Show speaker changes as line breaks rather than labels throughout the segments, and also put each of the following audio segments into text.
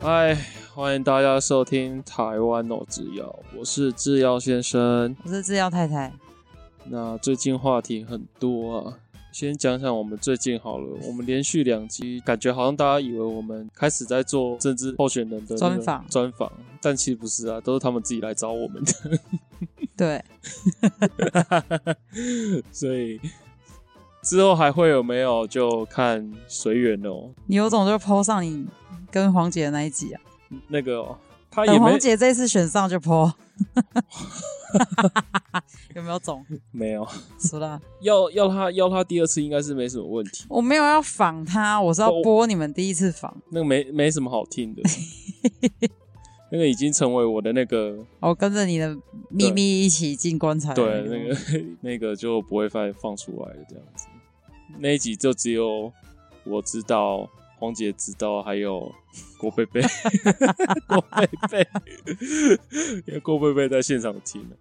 嗨，哎欢迎大家收听台湾哦制药，我是制药先生。
我是制药太太，
那最近话题很多啊，先讲讲我们最近好了。我们连续两集，感觉好像大家以为我们开始在做政治候选人的那个
专访
专访，但其实不是啊，都是他们自己来找我们
对，
的。所以之后还会有没有，就看随缘哦。
你有种就 PO 上你跟黄姐的那一集啊，
那个、哦、他也
等
没
嗯黄姐这次选上就 PO，有没有种？
没有
除了啊
要要他要他第二次应该是没什么问题。
我没有要仿她，我是要
我
播你们第一次仿，
那个没没什么好听 的，那个已经成为我的那个
我跟着你的秘密一起进棺材。
对那个 那个就不会再放出来了这样子。那一集就只有我知道，黄姐知道，还有郭贝 贝，郭贝贝，因为郭贝贝在现场听了。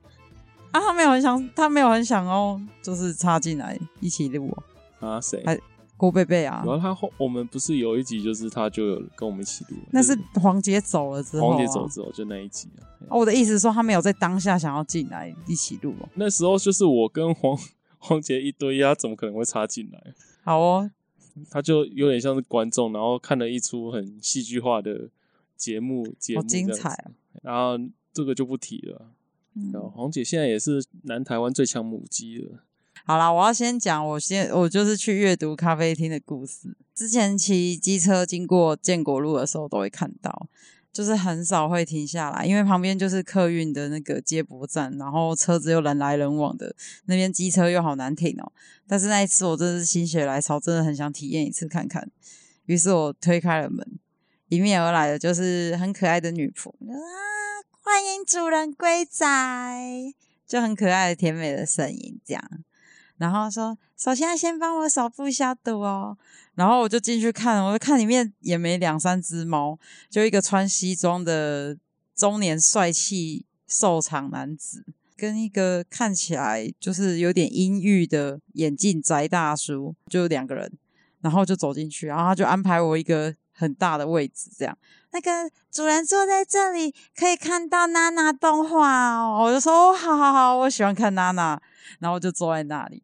啊，她没有很想，她没有很想哦，就是插进来一起录哦，
啊，谁？
还郭贝贝啊
然，后他后我们不是有一集，就是他就有跟我们一起录，
那
就是
黄姐走了之后、啊，
黄姐走之后就那一集啊。
哦，我的意思是说，她没有在当下想要进来一起录哦。
那时候就是我跟黄 黄杰一堆呀，怎么可能会插进来？
好哦，
他就有点像是观众，然后看了一出很戏剧化的节目，节目
好精
这样
彩
子
啊！
然后这个就不提了。
嗯
然后黄姐现在也是南台湾最强母鸡了。
好啦，我要先讲，我先我就是去阅读咖啡厅的故事。之前骑机车经过建国路的时候，都会看到，就是很少会停下来，因为旁边就是客运的那个接驳站，然后车子又人来人往的，那边机车又好难停哦、但是那一次我真的是心血来潮，真的很想体验一次看看。于是我推开了门，迎面而来的就是很可爱的女仆啊，欢迎主人归宅，就很可爱的甜美的声音这样。然后说首先先帮我扫布消毒哦。然后我就进去看，我就看里面也没两三只猫，就一个穿西装的中年帅气瘦长男子，跟一个看起来就是有点阴郁的眼镜宅大叔，就两个人。然后就走进去，然后他就安排我一个很大的位置，这样。那个主人坐在这里，可以看到娜娜动画哦。我就说哦，好好好，我喜欢看娜娜。然后我就坐在那里，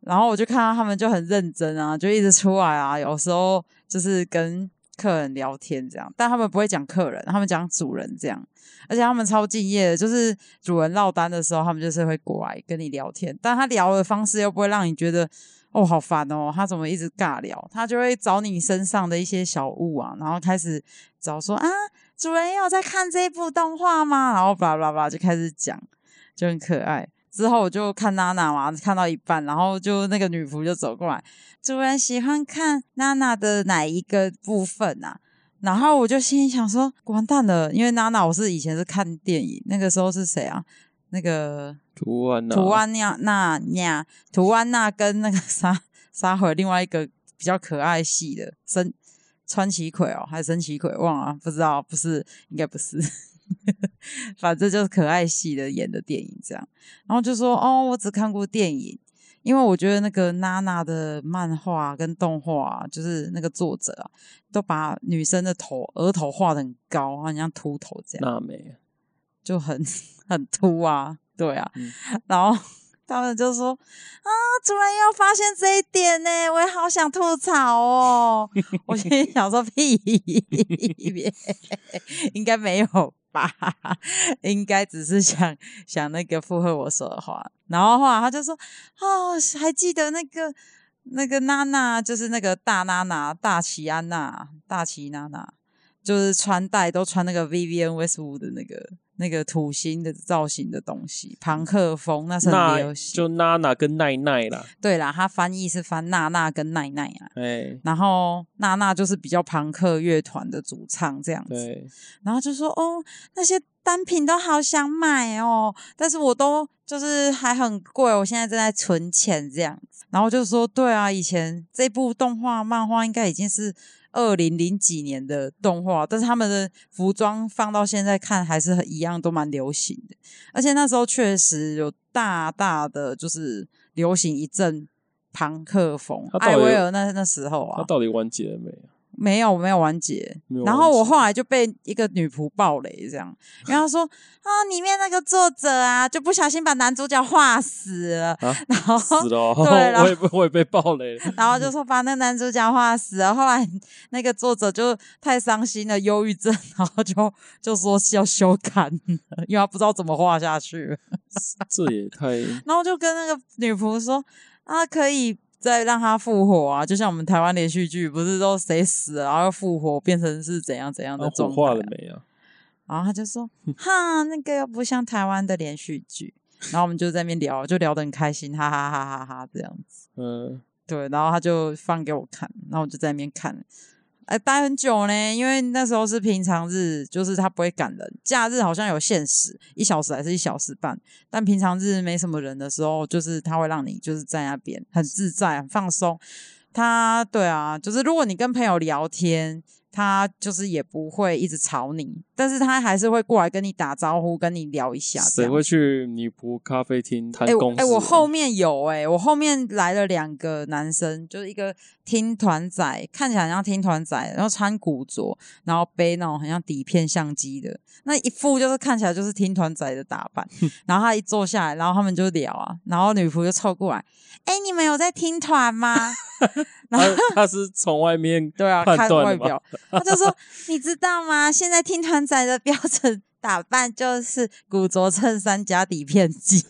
然后我就看到他们就很认真啊，就一直出来啊，有时候就是跟客人聊天这样，但他们不会讲客人，他们讲主人这样，而且他们超敬业的，就是主人落单的时候，他们就是会过来跟你聊天，但他聊的方式又不会让你觉得。哦，好烦哦！他怎么一直尬聊？他就会找你身上的一些小物啊，然后开始找说啊，主人也有在看这一部动画吗？然后巴拉巴拉巴拉就开始讲，就很可爱。之后我就看娜娜嘛，看到一半，然后就那个女仆就走过来，主人喜欢看娜娜的哪一个部分啊？然后我就心里想说，完蛋了，因为娜娜我是以前是看电影，那个时候是谁啊？那个
图案呢、
图安娜娜娜图安娜跟那个 沙沙回另外一个比较可爱系的森川崎葵哦，还是森崎葵忘了，不知道，不是，应该不是。 反正就是可爱系的演的电影这样，然后就说哦，我只看过电影，因为我觉得那个娜娜的漫画跟动画啊、就是那个作者啊，都把女生的头额头画的很高，好像秃头这样。
娜美，
就很 很秃啊，对啊，
嗯
然后他们就说啊，主人又发现这一点呢，我也好想吐槽哦。我心里想说屁，应该没有吧，应该只是想想那个附和我说的话。然后后来他就说哦，还记得那个。那个娜娜就是那个大娜娜，大齐安娜，大齐娜娜，就是穿戴都穿那个 Vivian Westwood 的那个那个土星的造型的东西，朋克风那是很
那
流行。
就娜娜跟奈奈啦，
对啦，它翻译是翻娜娜跟奈奈啊，
哎、
然后娜娜就是比较朋克乐团的主唱这样子。
对，
然后就说哦，那些单品都好想买哦，但是我都就是还很贵，我现在正在存钱这样子。然后就说对啊，以前这部动画漫画应该已经是二零零几年的动画，但是他们的服装放到现在看还是很一样，都蛮流行的。而且那时候确实有大大的就是流行一阵朋克风，
他到
艾
底
薇
有
儿那那时候啊
他，到底完结了没？啊
没有没有完结
没有，
然
完
后我
结
后来就被一个女仆暴雷，这样，然后她说啊，里面那个作者啊，就不小心把男主角画死了，
啊
然后
死了哦，
对然后
我也被我也被暴雷了，
然后就说把那男主角画死了。后来那个作者就太伤心了，忧郁症，然后就就说是要修改了，因为他不知道怎么画下去了。
这也 太
然后就跟那个女仆说啊，可以再让他复活啊，就像我们台湾连续剧不是都谁死了然后又复活变成是怎样怎样的
啊火
状
化
态
了
啊、
没啊？
然后他就说哈，那个又不像台湾的连续剧。然后我们就在那边聊，就聊得很开心，哈哈哈哈哈这样子。
嗯，
对，然后他就放给我看，然后我就在那边看，哎、待很久呢，因为那时候是平常日，就是他不会赶人，假日好像有限时，一小时还是一小时半，但平常日没什么人的时候，就是他会让你就是在那边很自在、很放松。他对啊，就是如果你跟朋友聊天，他就是也不会一直吵你，但是他还是会过来跟你打招呼，跟你聊一下。这
谁
样
会去女仆咖啡厅谈
哎我
公事？啊
哎，我后面有哎、我后面来了两个男生，就是一个听团仔，看起来很像听团仔，然后穿古着，然后背那种很像底片相机的，那一副就是看起来就是听团仔的打扮。然后他一坐下来，然后他们就聊啊，然后女仆就凑过来，哎、你们有在听团吗？然后
他他是从外面
对啊，
判
看
断
外
了吗
表，他就说：“你知道吗？现在听团仔的标准打扮就是古着衬衫加底片机。”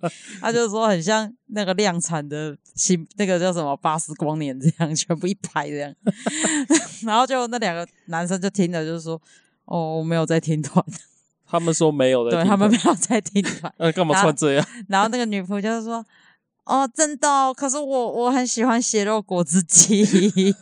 他就说很像那个量产的新那个叫什么巴斯光年这样，全部一排这样。 然后就那两个男生就听了，就说：“哦，我没有在听团，
他们说没有的，
对他们没有在听团。”
那干嘛穿这样？
然后那个女仆就说：“哦，真的哦，可是我我很喜欢血肉果汁机，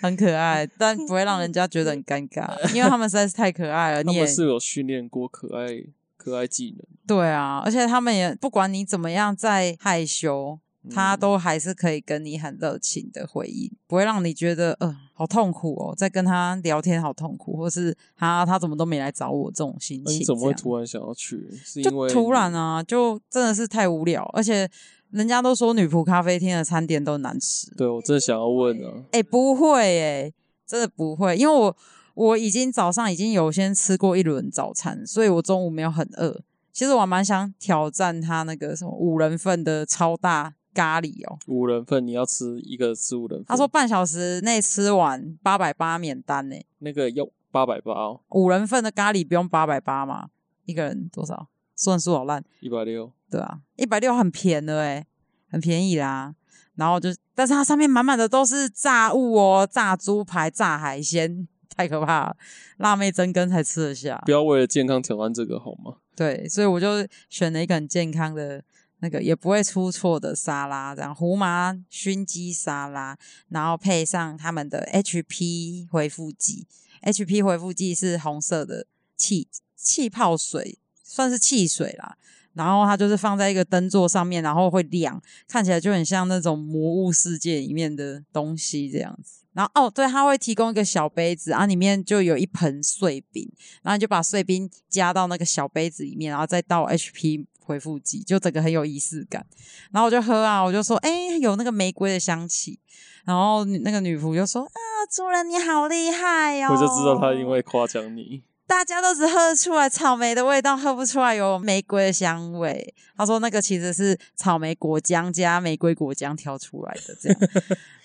很可爱，但不会让人家觉得很尴尬，因为他们实在是太可爱 了。
他
你也
们是有训练过可爱可爱技能，
对啊，而且他们也不管你怎么样再害羞，他
嗯
都还是可以跟你很热情的回应，不会让你觉得呃好痛苦哦，在跟他聊天好痛苦，或是他他怎么都没来找我这种心
那
情。
你怎么会
这样
突然想要去？是因
就
为
突然
你
啊，就真的是太无聊，而且人家都说女仆咖啡厅的餐点都难吃，
对我真的想要问啊，
哎、不会哎、真的不会，因为我我已经早上已经有先吃过一轮早餐，所以我中午没有很饿。其实我还蛮想挑战他那个什么五人份的超大咖喱哦，
五人份你要吃一个吃五人份，
他说半小时内吃完八百八免单呢、
那个要八百八哦，
五人份的咖喱不用八百八嘛，一个人多少？算数好烂。
一百六，
对啊，一百六很便宜了哎、很便宜啦。然后就，但是它上面满满的都是炸物哦，炸猪排、炸海鲜，太可怕了。辣妹真跟才吃得下
不，要为了健康挑战这个好吗？
对，所以我就选了一个很健康的那个，也不会出错的沙拉，这样胡麻熏鸡沙拉，然后配上他们的 HP 回复剂，HP 回复剂是红色的气气泡水，算是汽水啦。然后它就是放在一个灯座上面，然后会亮，看起来就很像那种魔物世界里面的东西这样子。然后哦，对，它会提供一个小杯子，啊，里面就有一盆碎冰，然后你就把碎冰加到那个小杯子里面，然后再倒 HP 回复剂，就整个很有仪式感。然后我就喝啊，我就说，哎、有那个玫瑰的香气。然后那个女仆就说，啊，主人你好厉害哦！
我就知道他因为夸奖你，
大家都只喝得出来草莓的味道，喝不出来有玫瑰的香味。他说那个其实是草莓果浆加玫瑰果浆调出来的，这样。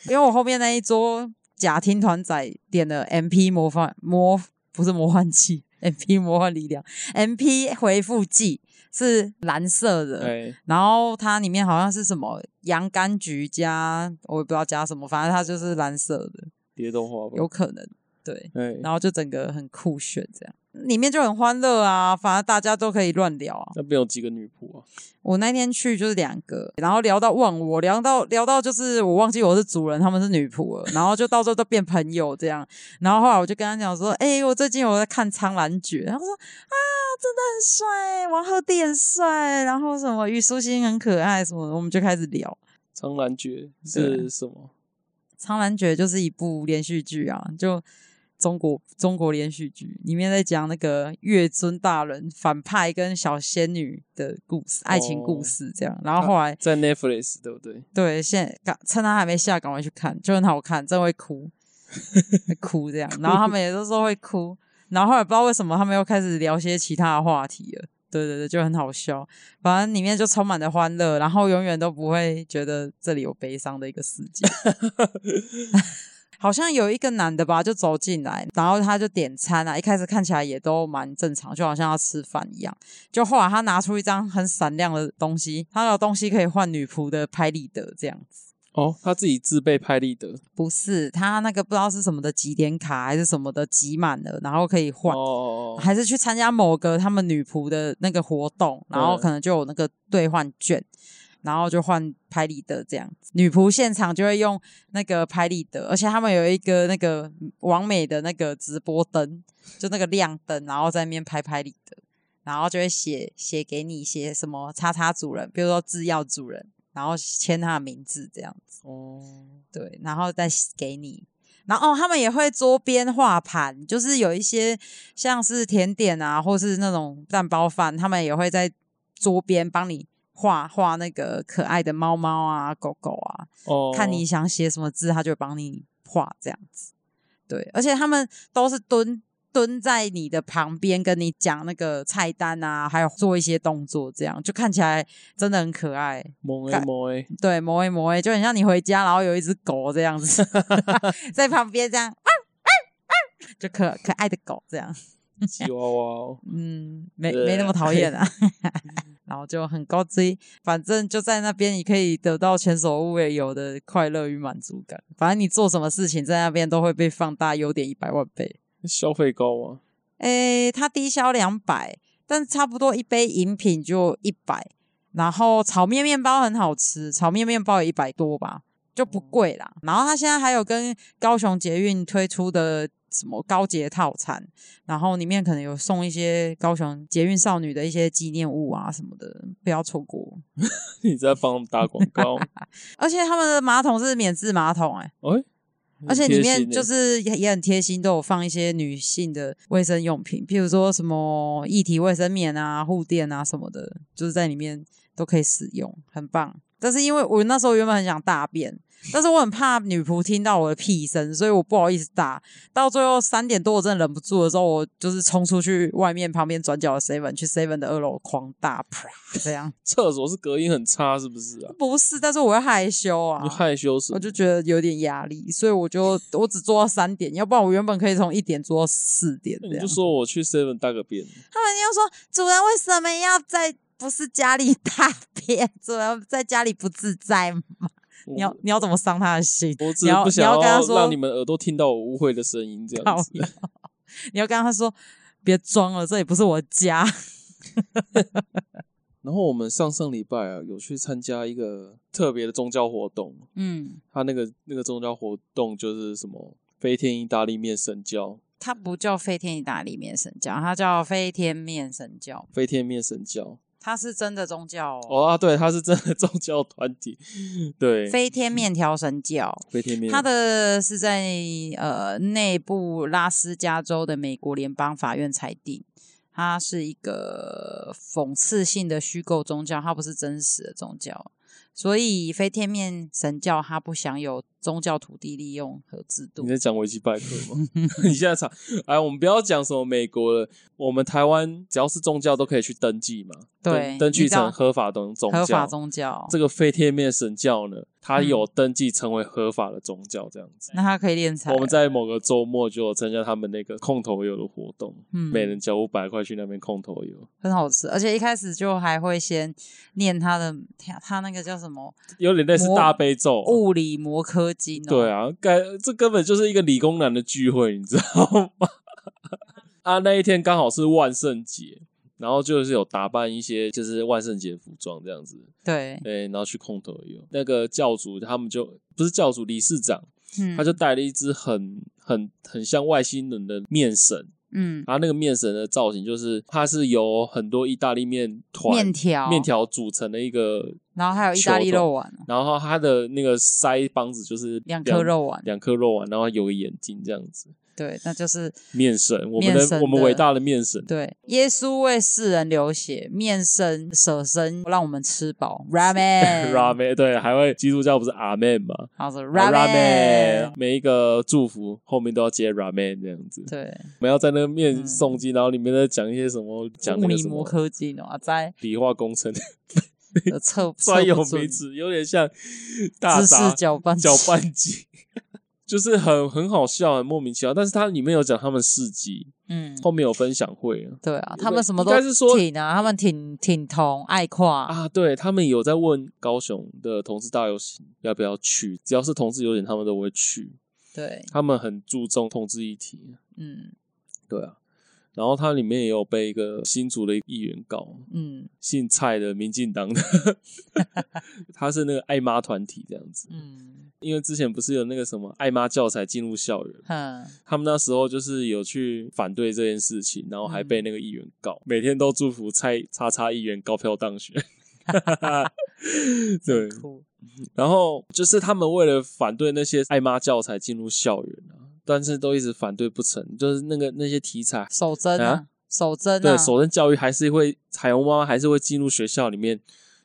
因为我后面那一桌假听团仔点了 MP 魔法魔不是魔幻 剂，MP 魔幻力量，MP 回复剂是蓝色的。
哎，
然后它里面好像是什么洋甘菊加，我也不知道加什么，反正它就是蓝色的，
别动画吧
有，可能对。
哎，
然后就整个很酷炫，这样里面就很欢乐啊，反正大家都可以乱聊啊。
那边有几个女仆啊？
我那天去就是两个，然后聊到忘我，聊到聊到就是我忘记我是主人，他们是女仆了，然后就到最后都变朋友这样。然后后来我就跟他讲说，哎、我最近我在看《苍兰诀》，他说啊，真的很帅，王鹤棣很帅，然后什么虞书欣很可爱什么的，我们就开始聊。
苍兰诀是什么？
《苍兰诀》就是一部连续剧啊，就中国中国连续剧，里面在讲那个月尊大人反派跟小仙女的故事，爱情故事这样。然后后来
在 Netflix 对不对？
对，现在赶趁他还没下，赶快去看，就很好看，真会哭，会哭这样。然后他们也都说会哭，然后后来不知道为什么他们又开始聊些其他的话题了。对对对，就很好笑，反正里面就充满了欢乐，然后永远都不会觉得这里有悲伤的一个世界。好像有一个男的吧，就走进来，然后他就点餐啊，一开始看起来也都蛮正常，就好像要吃饭一样。就后来他拿出一张很闪亮的东西，他的东西可以换女仆的拍立得这样子。
哦，他自己自备拍立得。
不是他那个不知道是什么的几点卡还是什么的集满了，然后可以换，
哦，
还是去参加某个他们女仆的那个活动，然后可能就有那个兑换券，然后就换拍立得这样子。女仆现场就会用那个拍立得，而且他们有一个那个完美的那个直播灯，就那个亮灯，然后在那边拍拍立得，然后就会写写给你写什么叉叉主人，比如说制药主人，然后签他的名字这样子。
哦，
对，然后再给你。然后、哦、他们也会桌边画盘，就是有一些像是甜点啊，或是那种蛋包饭，他们也会在桌边帮你画画那个可爱的猫猫啊、狗狗啊，
哦，
看你想写什么字，他就会帮你画这样子。对，而且他们都是蹲蹲在你的旁边，跟你讲那个菜单啊，还有做一些动作，这样就看起来真的很可爱。
萌哎 萌哎，
对，磨一磨一，就很像你回家，然后有一只狗这样子 在旁边这样，啊啊啊，就可可爱的狗这样，
吉娃娃哦，
嗯，没没那么讨厌啊， 然后就很高追，反正就在那边，你可以得到前所未有的快乐与满足感。反正你做什么事情，在那边都会被放大优点一百万倍。
消费高啊吗？
诶，它低消两百，但差不多一杯饮品就一百。然后炒面面包很好吃，炒面面包也一百多吧，就不贵啦。然后它现在还有跟高雄捷运推出的什么高捷套餐，然后里面可能有送一些高雄捷运少女的一些纪念物啊什么的，不要错过。
你在帮他们打广告？
而且他们的马桶是免治马桶、欸，哎，
哎，
而且里
欸
面就是是也也很贴心，都有放一些女性的卫生用品，譬如说什么一体卫生棉啊、护垫啊什么的，就是在里面都可以使用，很棒。但是因为我那时候原本很想大便，但是我很怕女仆听到我的屁声，所以我不好意思大。到最后三点多，我真的忍不住的时候，我就是冲出去外面旁边转角的 seven 去 seven 的二楼狂大，啪这样
厕所是隔音很差，是不是啊？
不是，但是我会害羞啊，
你害羞是
我？就觉得有点压力，所以我就我只做到三点，要不然我原本可以从一点做到四点这
你
样
就。说我去 Seven 大个便，
他们要说主人为什么要在不是家里 大便？主人在家里不自在吗？你要
我
你要怎么伤他的心？
我只
你
是
要
不想
你要跟他说
让你们耳朵听到我污秽的声音，这样
靠
子。
腰你要跟他说别装了，这里不是我家。
然后我们上上礼拜啊，有去参加一个特别的宗教活动，
嗯，
他那个那个宗教活动就是什么飞天意大利面神教，
它不叫飞天意大利面神教，它叫飞天面神教，
飞天面神教。
它是真的宗教哦。
哦啊，对，他是真的宗教团体，对，
飞天面条神教，
飞天面
他的是在呃内布拉斯加州的美国联邦法院裁定，它是一个讽刺性的虚构宗教，它不是真实的宗教，所以非天面神教它不享有宗教土地利用和制
你
度。
在讲维基百科吗？ 你现在查，哎，我们不要讲什么美国了，我们台湾只要是宗教都可以去登记嘛，
对
登登记
你知道
成合法的宗
合法
教。
宗教，
这个飞天面神教呢，它
嗯
有登记成为合法的宗教，这样子。
那它可以敛财。
我们在某个周末就有参加他们那个空投油的活动，
嗯
每人交五百块去那边空投油。
很好吃，而且一开始就还会先念它的它它那个叫什么
有点类似
魔哦
大悲咒。
物理魔科经、哦，
哦对啊，该这根本就是一个理工男的聚会，你知道吗？ 啊，那一天刚好是万圣节，然后就是有打扮一些就是万圣节服装这样子，
对，
对，然后去空投油。那个教主他们就不是教主，理事长
嗯
他就带了一只很很很像外星人的面神，
嗯
然后那个面神的造型就是它是由很多意大利面团
面条
面条组成的一个，
然后还有意大
球
利
头
肉丸，
然后它的那个腮帮子就是
两颗肉丸，
两颗肉丸，然后有个眼睛这样子。
对，那就是
面神，我们
面
的
神的
我们伟大的面神，
对，耶稣为世人流血，面生舍身，让我们吃饱。Ramen，
拉妹对，还会基督教不是阿妹嘛？
好是
拉
Ramen，
每一个祝福后面都要接拉妹这样子，
对，
我们要在那个面
嗯
诵经，然后里面在讲一些什么，讲
物
那个
理
什
魔
么
科技呢，啊 在呃
理化工 程，
测测
专有
不准
名词，有点像大
知识
闸
搅拌
搅
器
拌机，就是很很好笑，很莫名其妙。但是它里面有讲他们事迹，
嗯，
后面有分享会啊。
对啊，
对
他们什么都
应该是说
挺啊，他们挺挺同爱跨，
啊，对他们有在问高雄的同志大游行要不要去，只要是同志有点，他们都会去。
对，
他们很注重同志议题，
嗯
对啊。然后它里面也有被一个新竹的议员告，
嗯
姓蔡的民进党的， 他是那个爱妈团体这样子。
嗯
因为之前不是有那个什么爱妈教材进入校园，
哼，
他们那时候就是有去反对这件事情，然后还
嗯
被那个议员告，每天都祝福蔡叉叉议员高票当 选。 对
真，酷
然后就是他们为了反对那些爱妈教材进入校园啊，但是都一直反对不成，就是那个那些题材，
手针啊
啊，
手针啊，
对守贞教育还是会彩虹妈妈还是会进入学校里面，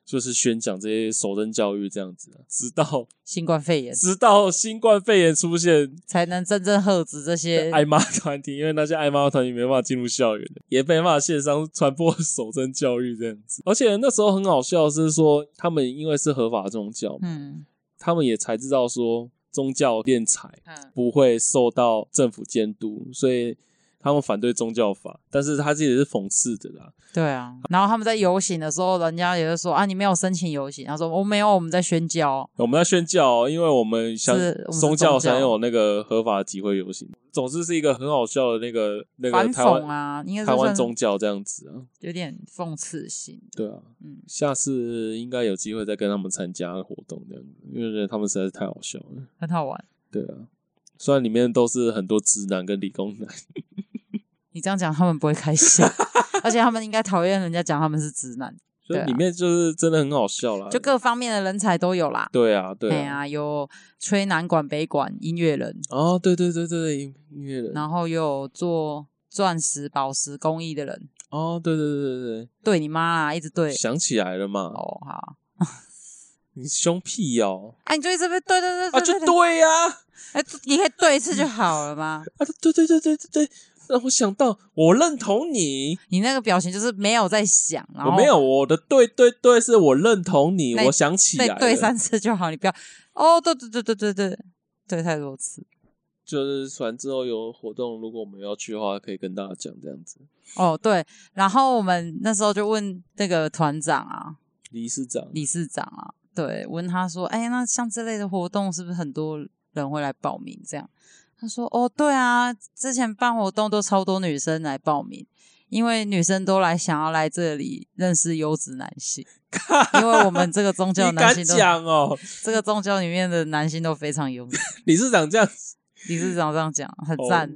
就是宣讲这些守贞教育这样子啊、直到
新冠肺炎
直到新冠肺炎出现，
才能真正遏制这些
爱妈团体，因为那些爱妈团体没办法进入校园，也没办法线上传播守贞教育这样子。而且那时候很好笑，是说他们因为是合法宗教，嘛，
嗯
他们也才知道说宗教敛财
嗯
不会受到政府监督，所以他们反对宗教法。但是他自己是讽刺的啦，
对啊，然后他们在游行的时候，人家也是说啊，你没有申请游行，他说我、哦没有，我们在宣教，
我们在宣教哦，因为我们想
是我们是
宗教
宗教
享有那个合法集会游行。总之是一个很好笑的那个那个
反
台湾
讽啊，应该是
台湾
算
宗教这样子啊，
有点讽刺性，
对啊。
嗯，
下次应该有机会再跟他们参加活动这样子，因为觉得他们实在是太好笑了。
很好玩。
对啊，虽然里面都是很多直男跟理工男，
你这样讲，他们不会开心， 而且他们应该讨厌人家讲他们是直男，
所以
对啊
里面就是真的很好笑啦。
就各方面的人才都有啦。
对啊，呃对
哎
啊，
呀，有吹南管、北管音乐人，
哦，对对对对对，音乐人，
然后又有做钻石、宝石工艺的人，
哦，对对对对
对你妈啊，一直对
对，。想起来了嘛，
哦，好，
你凶屁哦，
哎、你就一直被对对对
啊，
对
就
对对
对呀，啊，
哎、你可以对一次就好了吗？
对对对对对对，让我想到，我认同你，
你那个表情就是没有在想，然后
我没有我的对对对，是我认同你，
那
我想起来
对
了，
对三次就好，你不要哦，对对对对对对，对太多次
就是船之后有活动，如果我们要去的话，可以跟大家讲这样子。
哦，对。然后我们那时候就问那个团长啊、
理事长，
理事长啊，对，问他说，哎，那像这类的活动是不是很多人会来报名？这样，他说，哦，对啊，之前办活动都超多女生来报名。因为女生都来想要来这里认识优质男 性，因为我们这个宗教的
你
男
敢
性都
讲哦？
这个宗教里面的男性都非常优质。
理事长这样子，
理事长这样讲，很
哦
赞，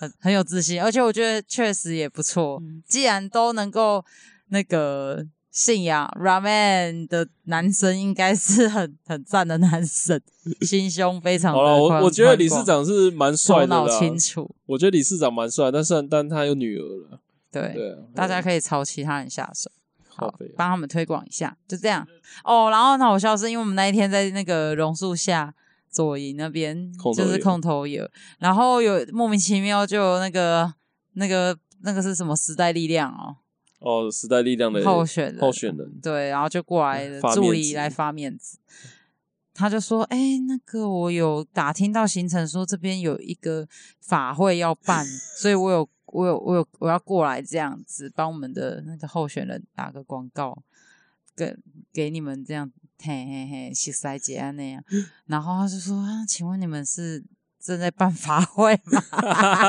很很有自信，而且我觉得确实也不错。既然都能够那个信仰 Ramen 的男生，应该是很很赞的男生，心胸非常的
好了，
宽
我我觉得理事
宽广
长是蛮帅的
头脑
啦。
清楚，
我觉得理事长蛮帅，但是但他有女儿了，
对，
对啊，
大家可以朝其他人下手。
好
好，
啊
帮他们推广一下，就这样哦。然后很好笑，是因为我们那一天在那个榕树下左营那边，
空投
就是
营
空投营，然后有莫名其妙就有那个那个那个是什么时代力量哦
哦，时代力量的
候选人
候选人，
对，然后就过来的
发
助
面
理
子
来发面子，他就说：“哎、那个我有打听到行程，说这边有一个法会要办，所以我有我有我有我要过来这样子帮我们的那个候选人打个广告，给给你们这样嘿嘿嘿，西塞姐啊那样。”然后他就说：“啊，请问你们是？”正在办法会吗？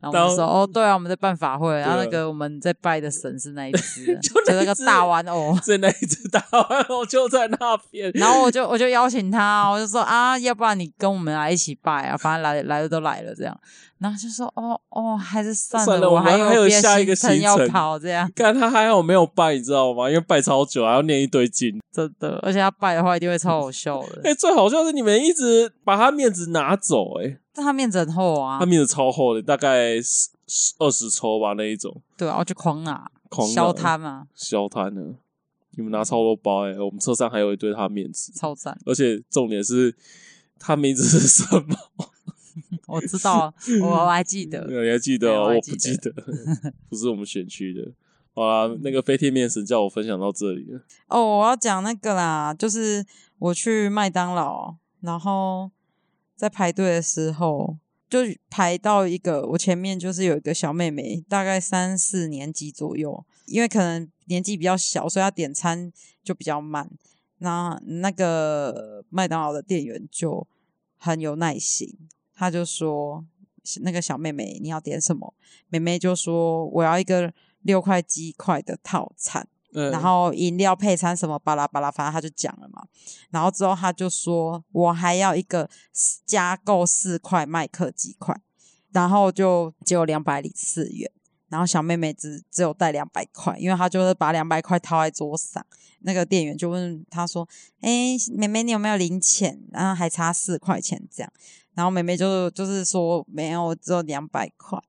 然后我们就说
当
哦，对啊，我们在办法会，然后那
对啊
个我们在拜的神是那一只，啊
就
就
那
那个
一只
大玩偶。
在那一只大玩偶就在那边，
然后我就我就邀请他，我就说啊，要不然你跟我们来一起拜啊，反正来来了都来了这样。然后就说哦哦，还是算
算了
我
我们还有
有别
下一个
程
行
要
程
跑，这样
看他还好没有拜，你知道吗？因为拜超久，还要念一堆经。
真的，而且他拜的话一定会超好笑的。
哎、最好笑是你们一直把他面子拿走、哎，
但他面子很厚啊
他，面子超厚的，大概十十二十抽吧那一种，
对啊，我就狂拿，
狂啊拿
消摊嘛，
消摊呢。你们拿超多包哎、我们车上还有一堆他面子，
超赞。
而且重点是他名字是什么？
我知 道，啊我我还记得，
你还记得、哦？
对我还
我不
记
记得， 不是我们选区的。好啦，那
嗯
个飞天面神叫我分享到这里了。
哦，我要讲那个啦，就是我去麦当劳，然后在排队的时候，就排到一个我前面就是有一个小妹妹，大概三四年级左右，因为可能年纪比较小，所以她点餐就比较慢。那那个麦当劳的店员就很有耐心，他就说：“那个小妹妹，你要点什么？”妹妹就说：“我要一个六块鸡块的套餐。”
嗯
然后饮料配餐什么巴拉巴拉，反正他就讲了嘛。然后之后他就说，我还要一个四加购四块麦克鸡块，然后就只有两百零四元。然后小妹妹只只有带两百块，因为她就是把两百块掏在桌上。那个店员就问她说：“哎、妹妹，你有没有零钱？然后还差四块钱这样。”然后妹妹就就是说：“没有，我只有两百块。”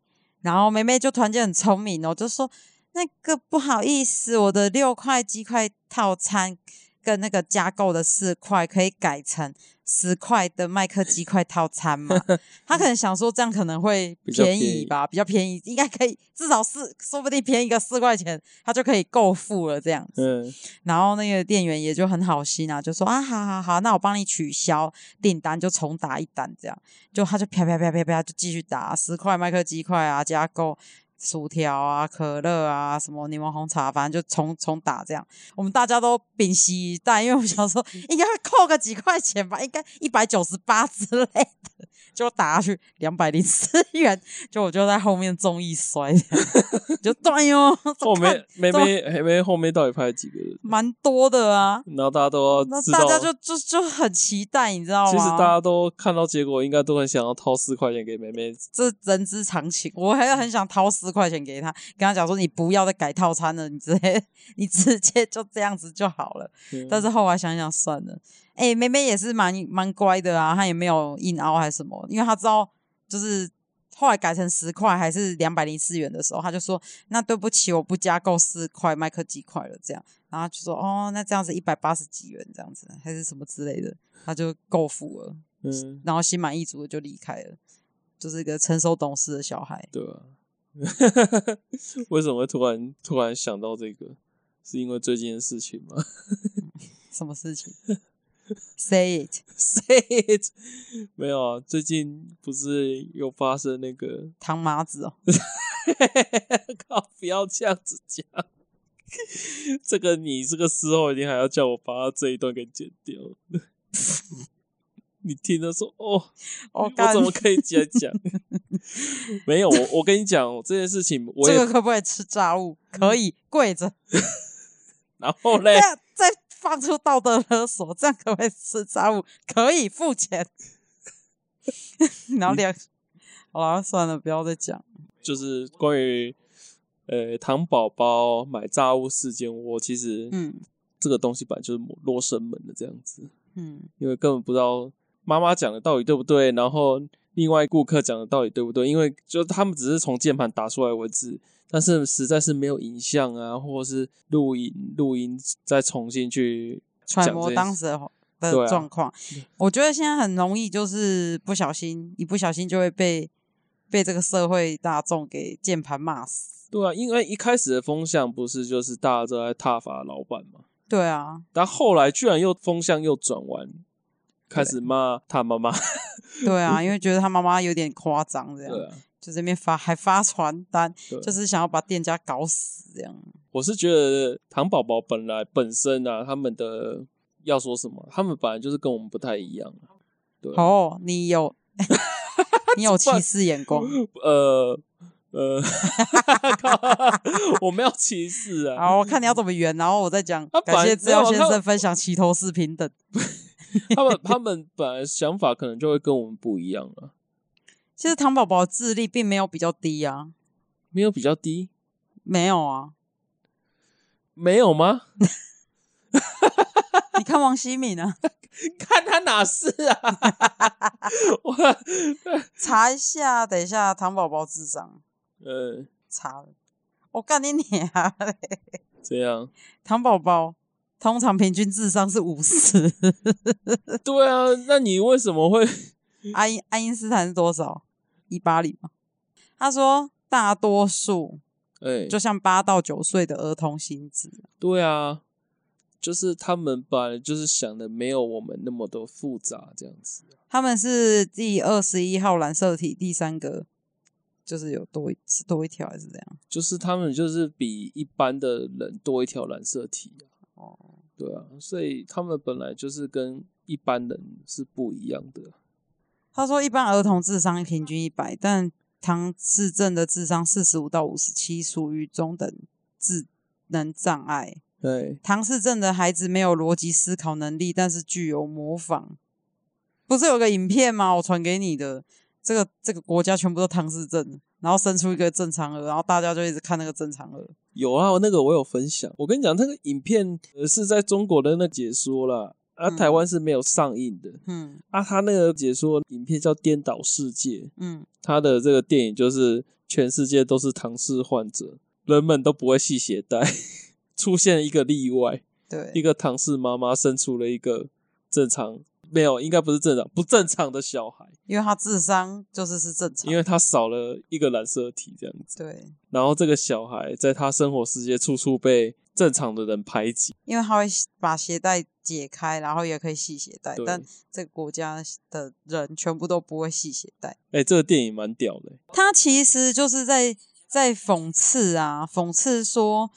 然后妹妹就团建很聪明哦，就说：“那个不好意思，我的六块鸡块套餐跟那个加购的四块可以改成十块的麦克鸡块套餐吗？” 他可能想说这样可能会
比较
便
便
宜
宜
吧，比较便宜，应该可以，至少是说不定便宜个四块钱，他就可以够付了这样子。
嗯，
然后那个店员也就很好心啊，就说啊，好好好，那我帮你取消订单，就重打一单这样。就他就啪啪啪啪啪就继续打十块麦克鸡块啊，加购薯条啊、可乐啊、什么柠檬红茶，反正就重重打这样。我们大家都屏息以待，因为我们想说
嗯
应该会扣个几块钱吧，应该一百九十八之类的。结果打下去两百零四元，就我就在后面中一摔这样， 就断哟，
后
看
面妹妹妹妹后面到底拍了几个人？
蛮多的啊。
然后大家都要
那
知
大
道，
家就啊就就很期待，你知道吗？
其实大家都看到结果，应该都很想要掏四块钱给妹妹。
这人之常情，我还很想掏十块钱给他，跟他讲说你不要再改套餐了，你直接你直接就这样子就好了。
嗯
但是后来想想算了，哎、妹妹也是蛮蛮乖的啊，她也没有硬凹还是什么，因为她知道就是后来改成十块还是两百零四元的时候，她就说那对不起，我不加购四块麦克鸡块了这样，然后就说哦，那这样子一百八十几元这样子还是什么之类的，她就够付了。
嗯，
然后心满意足的就离开了，就是一个成熟懂事的小孩。
对啊。 为什么会突然突然想到这个？是因为最近的事情吗
什么事情？Say it，
？Say it，没有啊，最近不是又发生那个
唐麻子哦，
靠，不要这样子讲。这个你这个事后一定还要叫我把它这一段给剪掉。 你听了说哦，
哦
我
干
怎么可以这样讲？ 没有，我我跟你讲这件事情，我
这
也、嗯
个可不可以吃炸物？可以，跪着，
然后
这
嘞，
样再放出道德勒索，这样可不可以吃炸物？可以，付钱。 然后
嗯
两，好了，算了，不要再讲。
就是关于呃糖宝宝买炸物事件，我其实
嗯
这个东西本来就是罗生门的这样子。
嗯，
因为根本不知道妈妈讲的到底对不对，然后另外顾客讲的到底对不对，因为就他们只是从键盘打出来文字，但是实在是没有影像啊，或者是录音录音再重新去讲
揣摩
这件
当
事
时的
对
的
啊
状况，我觉得现在很容易，就是不小心，一不小心就会被被这个社会大众给键盘骂死。
对啊，因为一开始的风向不是就是大家都在挞伐老板嘛，
对啊，
但后来居然又风向又转弯，开始骂他妈 妈，
对啊，因为觉得他妈妈有点夸张，这样
对啊。
就这边发还发传单，
对啊
就是想要把店家搞死这样。
我是觉得糖宝宝本来本身啊，他们的要说什么，他们本来就是跟我们不太一样啊、对啊，
哦，你有你有歧视眼 光，
呃呃， 靠我没有歧视啊，
好，我看你要怎么圆，然后我再讲
他。本来
感谢资料
没有
先
他
生分享齐头是平等。
他们他们本来想法可能就会跟我们不一样啊，
其实糖宝宝的智力并没有比较低啊，
没有比较低，
没有啊。
没有吗？
你看王希敏啊，
看他哪是啊？ 我
查一下，等一下糖宝宝智商
呃，
查了，我干你娘嘞！
这样
糖宝宝通常平均智商是五十，
对啊，那你为什么会
爱因爱因斯坦是多少？一八零嘛。他说，大多数
哎、
就像八到九岁的儿童心智，
对啊，就是他们把就是想的没有我们那么的复杂，这样子。啊
他们是第二十一号染色体第三个，就是有多一是多一条还是怎样？
就是他们就是比一般的人多一条染色体啊、
哦，
对啊，所以他们本来就是跟一般人是不一样的。啊
他说一般儿童智商平均一百，但唐氏症的智商四十五到五十七，属于中等智能障碍。
对，
唐氏症的孩子没有逻辑思考能力，但是具有模仿。不是有个影片吗？我传给你的，这个这个国家全部都唐氏症，然后生出一个正常儿，然后大家就一直看那个正常儿。
有啊，那个我有分享。我跟你讲，那个影片呃是在中国的那解说啦，啊，
嗯
台湾是没有上映的。
嗯
啊，他那个解说影片叫《颠倒世界》，
嗯，
他的这个电影就是全世界都是唐氏患者，人们都不会系鞋带， 出现一个例外，一
对，
个唐氏妈妈生出了一个正常没有，应该不是正常，不正常的小孩，
因为他智商就是是正常
因，为他少了一个染色体这样子。
对，
然后这个小孩在他生活世界处处被正常的人排挤，
因为他会把鞋带解开，然后也可以系鞋带，
对，
但这个国家的人全部都不会系鞋带。
哎、这个电影蛮屌的、
他其实就是在在讽刺啊，讽刺说，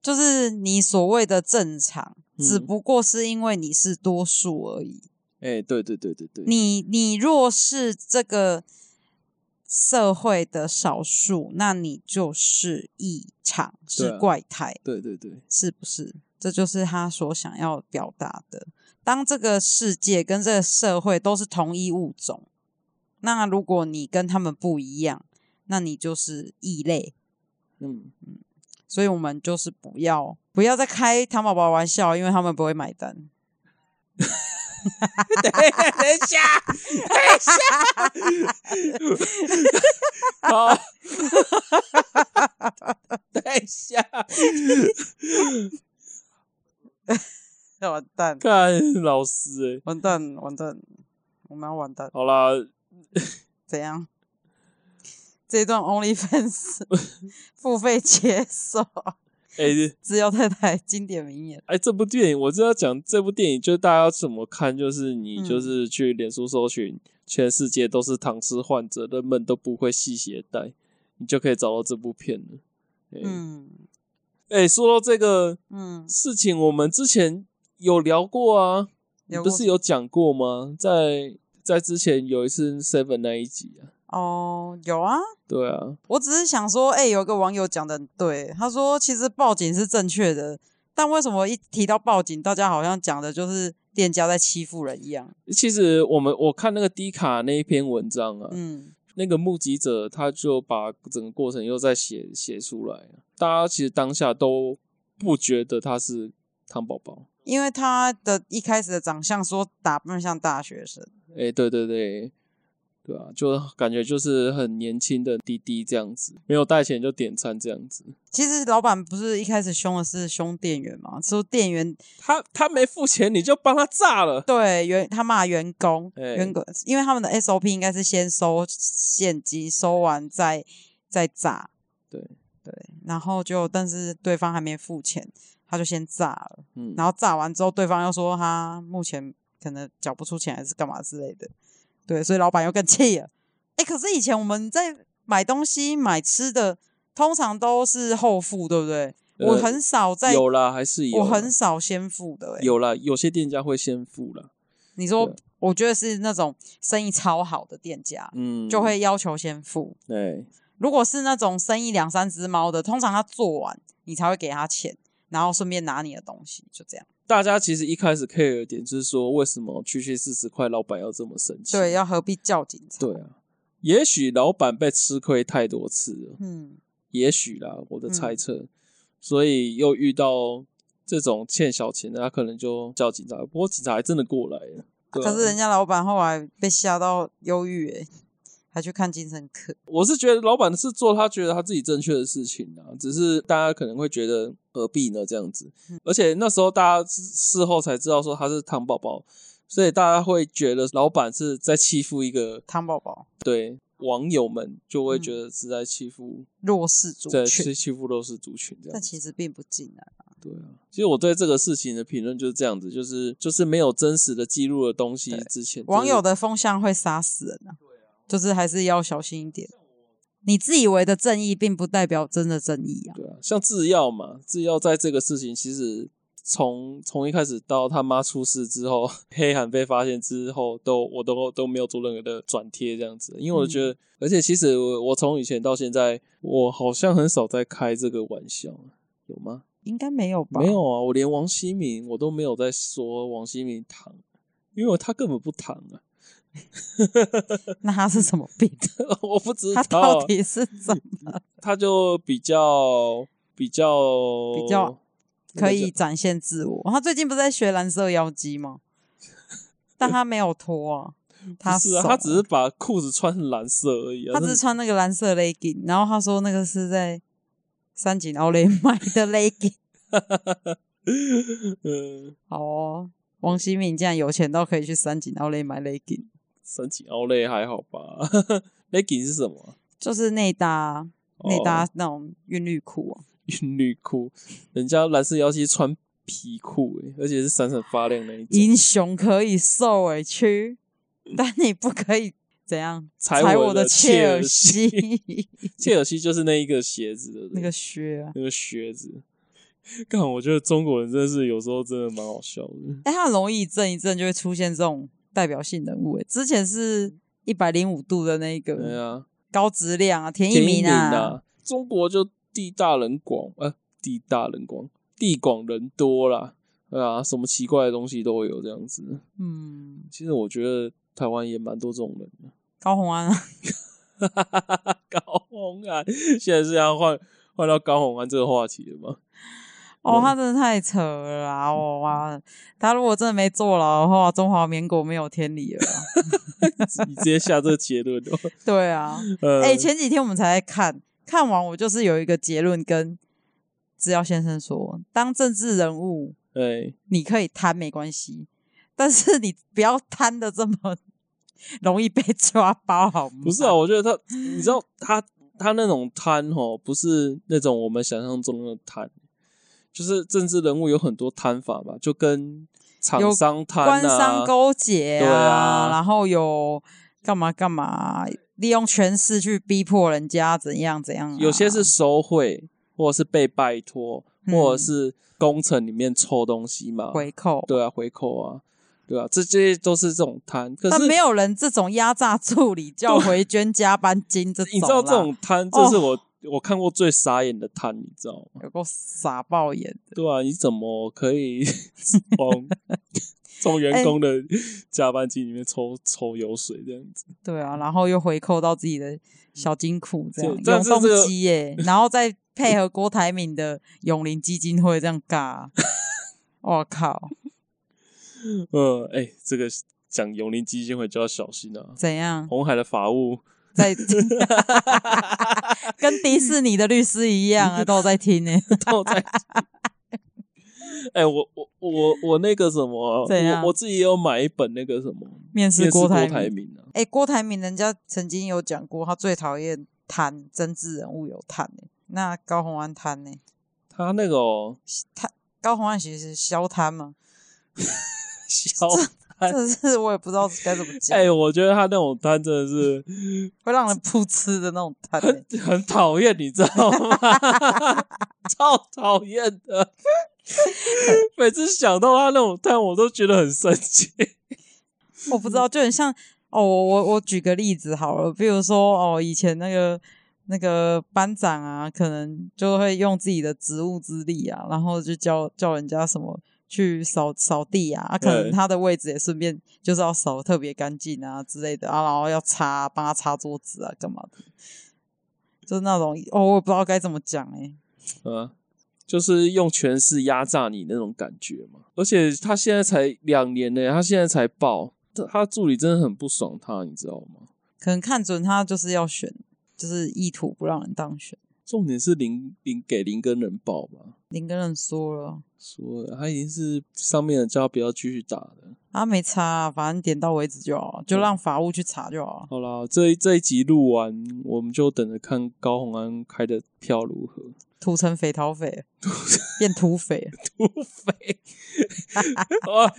就是你所谓的正常，
嗯
只不过是因为你是多数而已。
哎、对对对对对，
你你若是这个社会的少数，那你就是异常，
对
是
啊
怪胎，
对对对，
是不是？这就是他所想要表达的。当这个世界跟这个社会都是同一物种，那如果你跟他们不一样，那你就是异类。
嗯，
所以我们就是不要不要再开糖宝宝玩笑，因为他们不会买单。
等一下，等一下，等一下，好，等一下，
完蛋，
看老师、欸，
完蛋，完蛋，我们要完蛋，
好啦，
怎样？这一段 OnlyFans 付费解锁，
哎、
只有太太经典名言。
哎，这部电影我知道讲这部电影，就是大家要怎么看，就是你
嗯
就是去脸书搜寻，全世界都是唐氏患者，人们都不会系鞋带，你就可以找到这部片了。哎、
嗯
哎说到这个
嗯，
事情，我们之前有聊过啊，你
有
不
过
是有讲过吗？在在之前有一次 Seven 那一集啊，
哦，有啊，
对啊，
我只是想说，哎、有个网友讲的很对，他说其实报警是正确的，但为什么一提到报警，大家好像讲的就是店家在欺负人一样？
其实我们我看那个迪卡那一篇文章啊，
嗯
那个目击者他就把整个过程又再写写出来了。大家其实当下都不觉得他是汤宝宝。
因为他的一开始的长相说打扮像大学生，
哎、对对对，对啊，就感觉就是很年轻的滴滴这样子，没有带钱就点餐这样子。
其实老板不是一开始凶的是凶店员嘛，说店员
他他没付钱，你就帮他炸了。
对员他骂员工，
哎
员工因为他们的 SOP 应该是先收现金，收完再再炸，
对
对，然后就但是对方还没付钱，他就先炸了。
嗯，
然后炸完之后，对方又说他目前可能缴不出钱，还是干嘛之类的。对，所以老板又更气了。哎，可是以前我们在买东西、买吃的，通常都是后付，对不对？我
呃
很少在，
有啦，还是有啦，
我很少先付的、欸。，
有啦，有些店家会先付啦。
你说
对，
我觉得是那种生意超好的店家，
嗯，哎
就会要求先付。
对
如果是那种生意两三只猫的，通常他做完你才会给他钱，然后顺便拿你的东西，就这样。
大家其实一开始 care 的点就是说，为什么区区四十块，老板要这么生气？
对，要何必叫警察？
对啊，也许老板被吃亏太多次了，
嗯，
也许啦，我的猜测，所以又遇到这种欠小钱的，他可能就叫警察。不过警察还真的过来了，对啊
可是人家老板后来被吓到忧郁，哎，还去看精神科。
我是觉得老板是做他觉得他自己正确的事情啊，只是大家可能会觉得何必呢这样子，而且那时候大家事事后才知道说他是糖宝宝，所以大家会觉得老板是在欺负一个
汤宝宝
对网友们就会觉得是在欺负，
弱势族
在
群，
是欺负弱势族群这样
但
子。
其实并不尽然。
对啊，其实我对这个事情的评论就是这样子，就是就是没有真实的记录的东西
对
之前，
网友
的
的风向会杀死人啊，就是还是要小心一点。你自以为的正义，并不代表真的正义啊。
对啊，像制药嘛，制药在这个事情其实从从一开始到他妈出事之后， 黑韩被发现之后，都我都都没有做任何的转贴这样子，因为我
嗯
觉得，而且其实我我从以前到现在，我好像很少在开这个玩笑，有吗？
应该没有吧？
没有，啊，我连王希敏我都没有在说王希敏躺，因为他根本不躺啊，
那他是什么病？
我不知道、
他
啊、
到底是怎 么
他就比较比较
比较可以展现自我？他最近不是在学蓝色妖姬 吗？但他没有脱啊，
不
他
是啊，
手
他只是把裤子穿成蓝色而已、啊。
他只是穿那个蓝色 legging，然后他说那个是在三井奥莱买 的 legging。
是，嗯，
好哦，王希敏竟然有钱到可以去三井奥莱买 legging，
三井奥莱还好吧 ？legging 是什么啊？
就是内搭内
哦
搭那种韵律裤啊。
韵律裤，人家蓝色妖姬穿皮裤、欸，而且是闪闪发亮那一种。
英雄可以受委屈，但你不可以怎样
踩我
我的
的切
尔
尔
西
切尔西就是那一个鞋子的
那个靴啊。
那个靴子。 看，我觉得中国人真的是有时候真的蛮好笑的。
哎、他很容易一阵一阵就会出现这种代表性人物、哎，之前是一百零五度的那一
对
个
啊，
高质量啊，田一
田一
鸣
鸣
啊，
啊，中国就地大人广，呃，地大人广，地广人多啦，对啊，什么奇怪的东西都有这样子。
嗯，
其实我觉得台湾也蛮多这种人的。
高洪安啊，
高洪安，现在是要换换到高洪安这个话题了吗？
哦，
嗯
他真的太扯了啦！哦哇，他如果真的没坐牢的话，中华民国没有天理了啊。
你直接下这个结论哦。
对啊，
呃，
哎、前几天我们才在看，看完我就是有一个结论，跟制药先生说，当政治人物
哎，
你可以贪没关系，但是你不要贪的这么容易被抓包，好吗？
不 是啊，，我觉得他，你知道他他那种贪哦，不是那种我们想象中的贪，就是政治人物有很多贪法嘛，就跟厂
有
商贪啊，
官商勾结
对啊
然后有干嘛干嘛，利用权势去逼迫人家怎样怎样啊、
有些是收贿，或者是被拜托，
嗯
或者是工程里面抽东西嘛，
回扣，
对啊，回扣啊，对啊，这这些都是这种贪。可
但
是
没有人这种压榨助理叫回捐加班金这种啦，
你知道这种贪，
哦
这是我、我看过最傻眼的贪，你知道吗？
有够傻爆眼的，
对啊，你怎么可以 往从
哎
员工的加班金里面抽抽油水这样子？
对啊，然后又回扣到自己的小金库这样，
对但
永
是这个
动机耶，然后再配合郭台铭的永林基金会这样尬，我靠，
嗯，哎、这个讲永林基金会就要小心啊，
怎样？
红海的法务。
在 跟迪士尼的律师一样啊，都有在听呢。
都 在。哎、我我我我那个什么，
怎样
我我自己也有买一本那个什么
面试
面试
郭
郭
台
台
铭，
铭啊，
哎，郭台铭人家曾经有讲过，他最讨厌贪政治人物有贪呢。那高虹安贪呢？
他那个哦
贪高虹安其实是消贪嘛，
小贪
这是我也不知道该怎么讲
哎、，我觉得他那种贪真的是
会让人噗嗤的那种贪呢。
很 讨厌，你知道吗？ 超讨厌的。 每次想到他那种贪，我都觉得很生气。
我不知道，就很像哦，我我我举个例子好了，比如说哦，以前那个那个班长啊，可能就会用自己的职务之力啊，然后就教教人家什么去扫扫地啊，啊可能他的位置也顺便就是要扫得特别干净啊之类的啊，然后要擦帮他擦桌子啊，干嘛的，就是那种哦，我也不知道该怎么讲哎、
啊，就是用权势压榨你那种感觉嘛。而且他现在才两年呢，他现在才爆，他他助理真的很不爽他，你知道吗？
可能看准他就是要选，就是意图不让人当选。
重点是林林给林根人爆嘛，
林根人说了，
说他已经是上面的叫他不要继续打了。
他啊没查、反正点到为止就好啊了，就
嗯
让法务去查就好了。啊
好啦，这一这一集录完，我们就等着看高洪安开的票如何。
土成匪 逃匪，变土匪，
土匪啊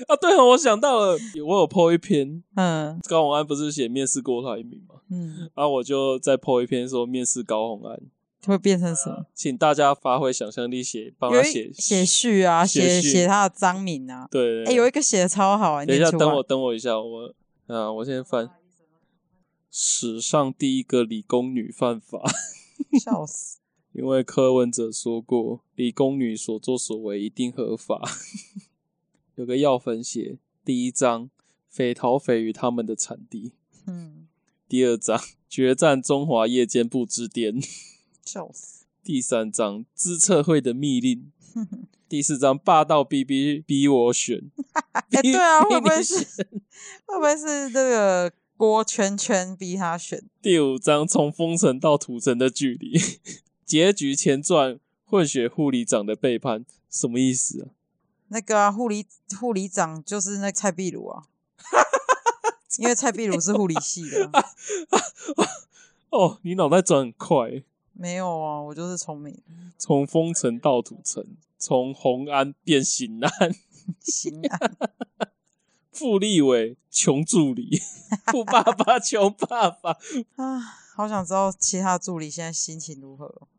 啊！对 哦，我想到了，我有 po 一篇，
嗯
高洪安不是写面试郭台铭吗？
嗯，
啊，我就再 po 一篇说面试高洪安，
会变成什么？
请大家发挥想象力写，帮
有
他啊
一
写
写。序啊，
写
写
序
写他的章名啊。
对，
哎、
对
有一个写的超好啊，
等一
念
下，
出
等
来
我，等我一下，我啊，我先翻。史上第一个理工女犯法，
笑死。
因为柯文哲说过，理工女所作所为一定合法。 有个药粉写第一章，匪逃匪与他们的产地；
嗯，
第二章，决战中华夜间部之巅；
笑死。
第三章，资策会的密令；第四章，霸道逼逼逼我选。
哎、 对啊，
逼
会不会
你
是
选
会不会是这个郭圈圈逼他选？
第五章从封城到屠城的距离， 结局前传混血护理长的背叛，什么意思啊？
那个啊，护理护理长就是那蔡壁如 啊，因为蔡壁如是护理系的啊、
哦，你脑袋转很快欸，
没有啊，我就是聪明
从封城到屠城，从红安变刑安，
行啊，
副立委穷助理， 富爸爸穷爸爸。
啊，好想知道其他助理现在心情如何哦。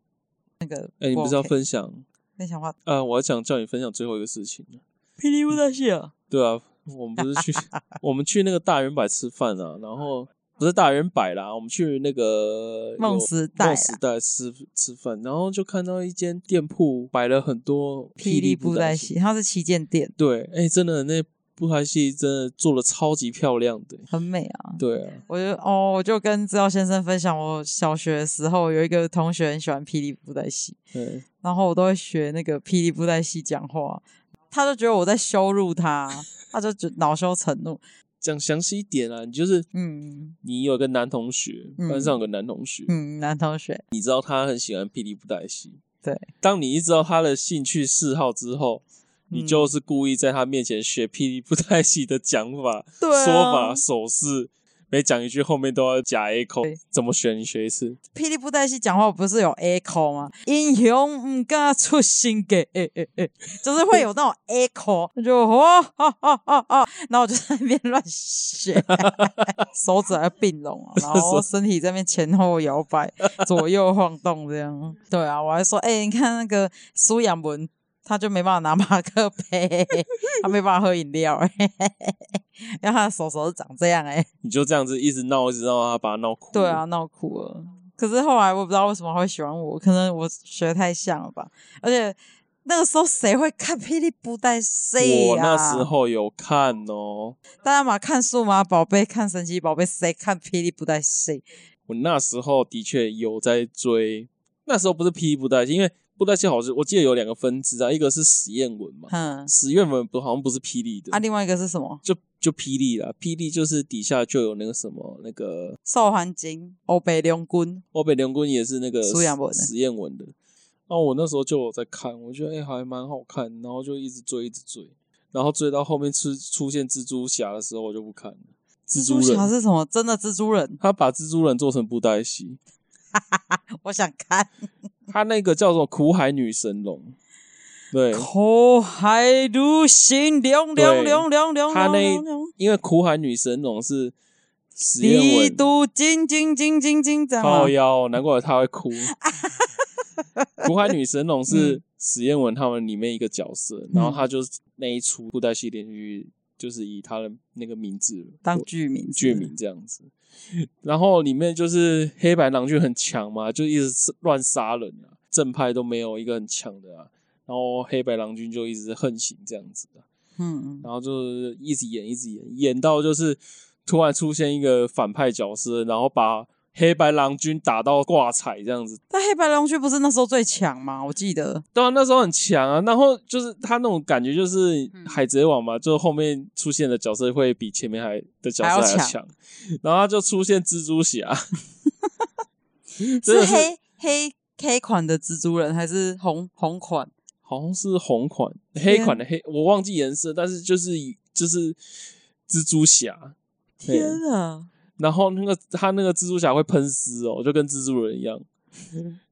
那个 OK，
哎、你不是要分享？
那想法？
啊，我还想叫你分享最后一个事情呢。
霹雳布袋戏啊，
对啊，我们不是 去我们去那个大圆柏吃饭啊，然后不是大圆柏啦，我们去那个
梦
有
时代
梦
啦
时代吃吃饭，然后就看到一间店铺摆了很多
霹雳布
布
袋戏，
戏，
它是旗舰店，
对，哎、真的那布袋戏真的做的超级漂亮的，
很美啊。
对啊，
我就哦，我就跟资料先生分享，我小学的时候有一个同学很喜欢霹雳布袋戏，
对，
然后我都会学那个霹雳布袋戏讲话，他就觉得我在羞辱他，他就觉恼羞成怒。
讲详细一点啊，你就是
嗯
你有个男同学，
嗯
班上有个男同学，
嗯，男同学，
你知道他很喜欢霹雳布袋戏，
对，
当你一知道他的兴趣嗜好之后。你
嗯
就是故意在他面前学霹雳布袋戏的讲法、
对啊
说法、手势，每讲一句后面都要加 echo，怎么学？你学一次。
霹雳布袋戏讲话不是有 echo 吗？英雄唔敢出新给，诶诶诶，就是会有那种 echo，我就哦哦哦哦哦，然后我就在那边乱学， 手指还并拢啊，然后身体在那边前后摇摆、左右晃动这样。对啊，我还说，哎、你看那个苏养文，他就没办法拿马克杯， 他没办法喝饮料、欸，然后他的手手是长这样哎、
你就这样子一直闹，一直闹，他把他闹哭。
对啊，，闹哭了。可是后来我不知道为什么他会喜欢我，可能我学得太像了吧。而且那个时候谁会看霹雳布袋戏
我
啊？
那时候有看哦，
大家嘛看数码宝贝、看神奇宝贝，谁看霹雳布袋戏？
我那时候的确有在追。那时候不是霹雳布袋戏，因为布袋戏好像我记得有两个分支啊，一个是实验文嘛，
嗯，
实验文不好像不是霹雳的，
啊，另外一个是什么？
就就霹雳啦，霹雳就是底下就有那个什么那个
兽环金、欧北龙君，
欧北良君也是那个
苏亚文的
实验文的。然后我那时候就有在看，我觉得哎、还蛮好看，然后就一直追一直追，然后追到后面出出现蜘蛛侠的时候，我就不看了。蜘蛛
侠
人，
是什么？真的蜘蛛人，
他把蜘蛛人做成布袋戏，
我想看。
他那个叫做苦海女神龙，对，
口海如行，凉凉凉凉凉
他
凉
那
凉凉。
因为苦海女神龙是实验
帝
文，
都金金金金金，这样啊
靠腰，难怪他会 哭。苦海女神龙是
嗯
史艳文他们里面一个角色，然后他就是那一出布袋戏连续剧，就是以他的那个名字
当
为
剧名是
剧名这样子。然后里面就是黑白郎君很强嘛，就一直乱杀人啊，正派都没有一个很强的啊。然后黑白郎君就一直横行这样子啊的，
嗯嗯，
然后就是一直演，一直演，演到就是突然出现一个反派角色，然后把黑白郎君打到挂彩这样子。
但黑白龙区不是那时候最强吗？我记得，
当然那时候很强啊，然后就是他那种感觉就是
嗯
海贼王嘛，就后面出现的角色会比前面还的角色还
还要
要
强
强，然后他就出现蜘蛛侠， 嗯真的
是
是
黑黑黑款的蜘蛛人还是红红款？
好像是红款黑
天
款的黑，我忘记颜色，但是就是就是蜘蛛侠，对
天啊！
然后那个他那个蜘蛛侠会喷丝哦，就跟蜘蛛人一样，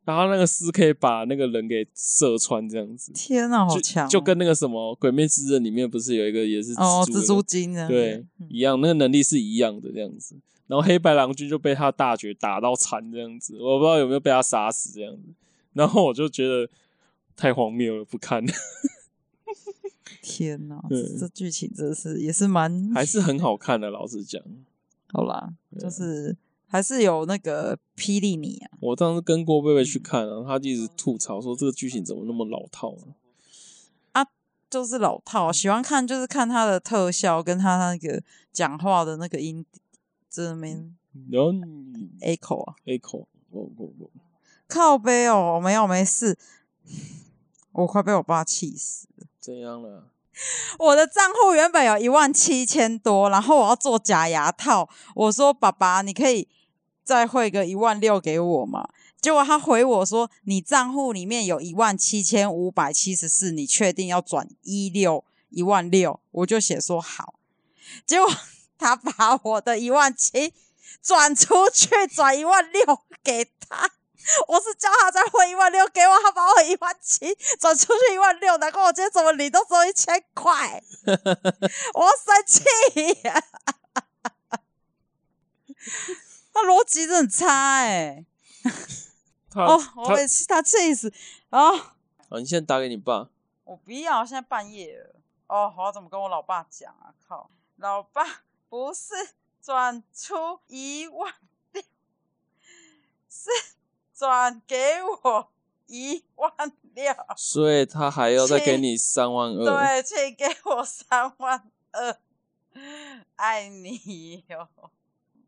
然后那个丝可以把那个人给射穿这样子，
天啊，好强
就
哦！
就跟那个什么《鬼灭之刃》里面不是有一个也是
哦
蛛的
蜘蛛精啊，
对
嗯
一样，那个能力是一样的这样子。然后黑白郎君就被他大绝打到残这样子，我不知道有没有被他杀死这样子。然后我就觉得太荒谬了，不看，
天哪，
对
这这剧情真的是也是蛮
还是很好看的。老实讲，
好啦，
对
就
啊
是还是有那个霹雳米啊，
我当时跟郭贝贝去
嗯
看啊，他就一直吐槽说这个剧情怎么那么老套啊。
就是老套，啊喜欢看就是看他的特效跟他那个讲话的那个音，这
嗯
边
然后
echo 啊，
echo，我我我，
靠背哦，没有没事，我快被我爸气死。
怎样了？
我的账户原本有一万七千多，然后我要做假牙套，我说爸爸，你可以再汇个一万六给我吗？结果他回我说，你账户里面有一万七千五百七十四，你确定要转一六一万六？我就写说好，结果 他把我的一万七转出去，转一万六给他。我是叫他再汇一万六给我，他把我一万七转出去一万六，难怪我今天怎么领都只有一千 块，我要生气 呀、他逻辑真的很差哎、
他、
哦，我
他
每次他气死啊、哦！
啊，你现在打给你爸，
我不要，现在半夜了。哦，我要怎么跟我老爸讲啊？靠，老爸不是转出一万六，是转给我一万六，
所以他还要再
切
给你三万二。
对，请给我三万二，爱你哟、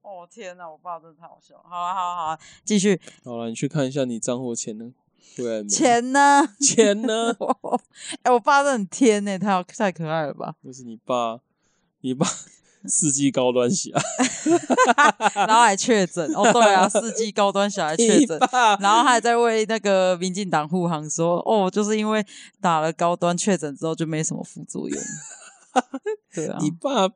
哦！天哪，我爸真的太好笑了。好啊，好啊，好啊，继续。
好了，你去看一下你账户的钱呢？回来没？
钱呢？？
钱呢
我哎、我爸真的很天呢、他好太可爱了吧？
就是你爸，你 爸世纪高端侠，
然后还确诊。哦，对啊，四 G 高端小孩确
你
诊。
爸
然后还在为那个民进党护航说，哦，就是因为打了高端确诊之后就没什么副作用。 对啊，
你爸，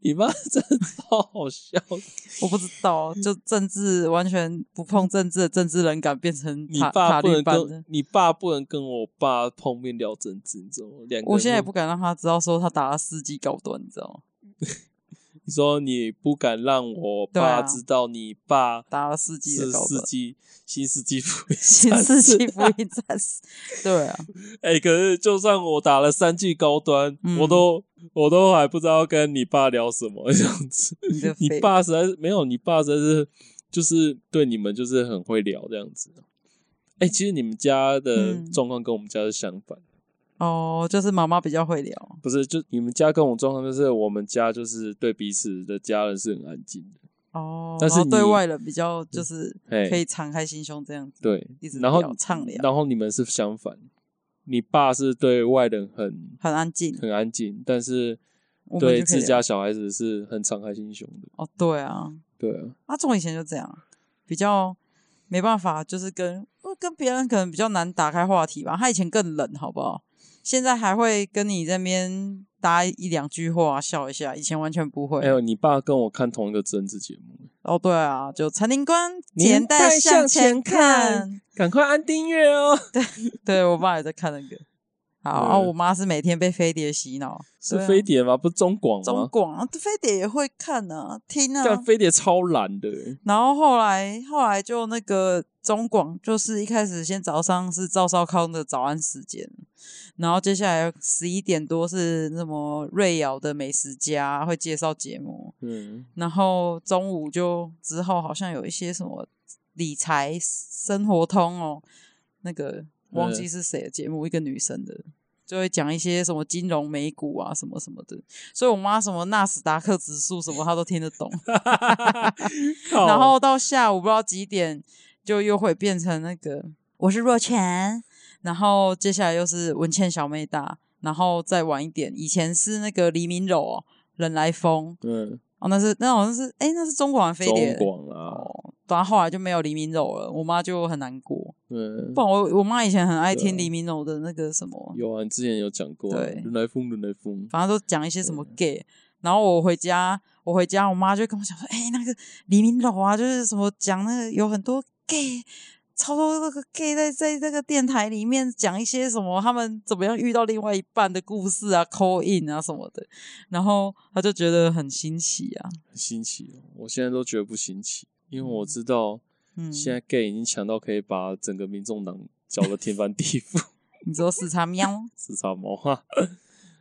你爸真的超好笑。
我不知道，就政治完全不碰政治的政治人感变成
你
塔
爸
塔
不
利
能
班的
跟。你爸不能跟我爸碰面聊政治，你知道吗？两个人
我现在也
会
不敢让他知道说他打了四 G 高端，你知道吗？
你说你不敢让我
对
爸
啊
知道你爸
打了四 G
是
的高
世
端，
纪新世纪福音
新
战
世
士
纪福音战士， 对啊，
哎、可是就算我打了三 G 高端，
嗯
我都我都还不知道跟你爸聊什么 这样子。
你的
你
肺
爸实在是没有，你爸实在是就是对你们就是很会聊这样子。哎、其实你们家的
嗯
状况跟我们家是相反，
哦，就是妈妈比较会聊，
不是？就你们家跟我状况就是，我们家就是对彼此的家人是很安静的，
哦，
但是
然后对
你嗯
外人比较就是
嘿
可以敞开心胸这样子，
对
一直。
然后
聊畅聊
然后你们是相反，你爸是对外人很
很安静。
很安静，但是
我们就可以
对
聊
自家小孩子是很敞开心胸的。
哦，对啊，
对啊，
他从以前就这样，比较没办法，就是跟呃跟别人可能比较难打开话题吧。他以前更冷，好不好？现在还会跟你这边搭一两句话，笑一下。以前完全不会。
还有哎你爸跟我看同一个政治节目，
哦，对啊，就陈林官
年代
代
向前
前
看。赶快按订阅哦。
对我爸也在看那个。好，然、
对
我妈是每天被飞碟洗脑，
是
对啊
飞碟吗？不是中广
中
吗？
广啊，飞碟也会看啊，听啊。
但飞碟超懒的欸，
然后后来后来就那个中广，就是一开始先早上是赵少康的早安时间，然后接下来十一点多是什么瑞瑶的美食家会介绍节目，
嗯，
然后中午就之后好像有一些什么理财生活通哦，那个忘记是谁的节目，一个女生的，就会讲一些什么金融美股啊什么什么的，所以我妈什么纳斯达克指数什么她都听得懂，
靠
然后到下午不知道几点就又会变成那个我是若泉，然后接下来又是文倩小妹大，然后再晚一点，以前是那个黎明柔、哦、人来疯
嗯，
哦，那是那好像是哎那是中广还是飞碟
中广啊，
哦，然后后来就没有黎明柔了，我妈就很难过。
嗯
不，然我我妈以前很爱
对啊
听黎明柔的那个什么，
有啊，你之前有讲过啊，
对
人来疯，人来疯，
反正都讲一些什么 gay。然后我回家，我回家，我妈就跟我讲说：“哎、那个黎明楼啊，就是什么讲那个有很多 gay，超多那个 gay 在在这个电台里面讲一些什么他们怎么样遇到另外一半的故事 啊，call in 啊什么的。”然后她就觉得很新奇啊，
很新奇哦。我现在都觉得不新奇，因为我知道
嗯，
现在 gay 已经强到可以把整个民众党搅得天翻地覆，
你说四叉喵，
是啥毛啊？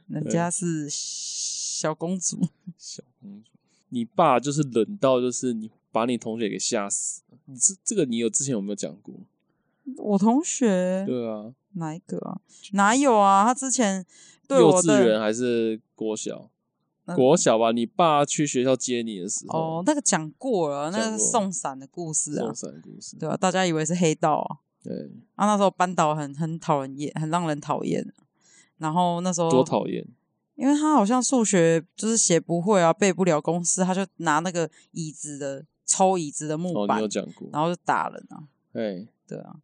人家是小公主，
小公主，你爸就是冷到就是你把你同学给吓死了，你这这个你有之前有没有讲过？
我同学
对啊，
哪一个啊？哪有啊？他之前对
幼
我
稚
的
园还是国小？
嗯
国小吧，你爸去学校接你的时候
哦，，那个讲过了，那
讲
个
过
送伞的故事啊
送，伞故事，
对吧、大家以为是黑道啊，
对，
啊那时候班导很很讨人厌，很让人讨厌。啊然后那时候
多讨厌，
因为他好像数学就是写不会啊，背不了公式，他就拿那个椅子的抽椅子的木
哦，
板，
你有讲过，
然后就打人啊，
哎，
对啊。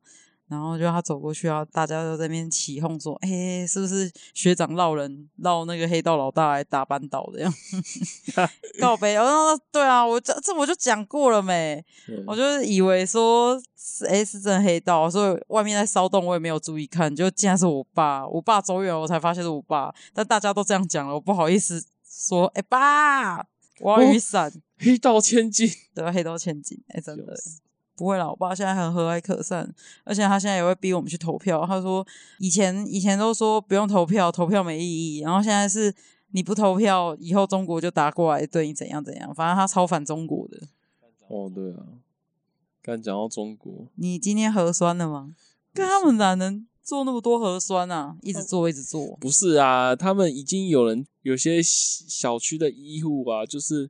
然后就他走过去啊，大家都在那边起哄说：“哎、是不是学长闹人，闹那个黑道老大来打班导的样？” 告白，然后对啊，我这这我就讲过了没？
对
我就是以为说是哎、是真的黑道，所以外面在骚动，我也没有注意看，就竟然是我爸，我爸走远了我才发现是我爸，但大家都这样讲了，我不好意思说哎、爸，我要雨伞，
黑道千金，
对吧？黑道千金，哎、真的、
就是
不会啦，我爸现在很和蔼可善，而且他现在也会逼我们去投票。他说以前以前都说不用投票，投票没意义，然后现在是你不投票，以后中国就打过来对你怎样怎样，反正他超反中国的。
哦，对啊，刚讲到中国，
你今天核酸了吗？跟他们哪能做那么多核酸啊？
嗯
一直做，一直做。
不是啊，他们已经有人有些小区的医护啊，就是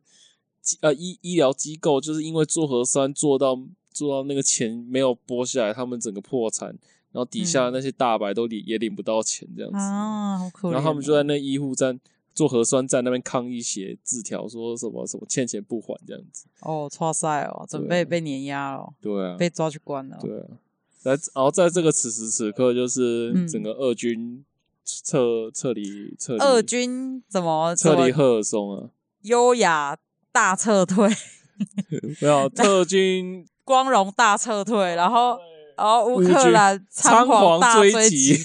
机呃医医疗机构，就是因为做核酸做到做到那个钱没有拨下来，他们整个破产，然后底下
嗯
那些大白都领、也领不到钱这样子，
啊，好可怜哦、
然后他们就在那医护站做核酸站那边抗议写字条，说什么什么欠钱不还这样子，
哦，错赛哦，准备被碾压了，哦
对啊，
被抓去关了。哦
对啊，来，然后在这个此时此刻，就是
嗯
整个俄军撤撤离撤离
俄军怎么怎
撤
么
离赫尔松啊，
优雅大撤退，
没有特 军
光荣大撤退，然后哦，乌克兰
仓
皇大
追
击，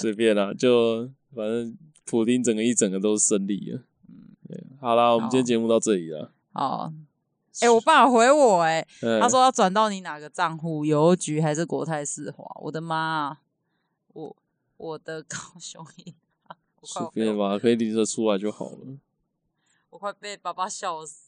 随便啦、就反正普丁整个一整个都是胜利了。嗯对好啦，我们今天节目到这里了。
哦。哎、我爸回我、欸，
嗯
他说要转到你哪个账户，邮局还是国泰世华？我的妈啊！我我的高雄银行，我快
随
要被
便吧，可以拎得出来就好了。
我快被爸爸笑死。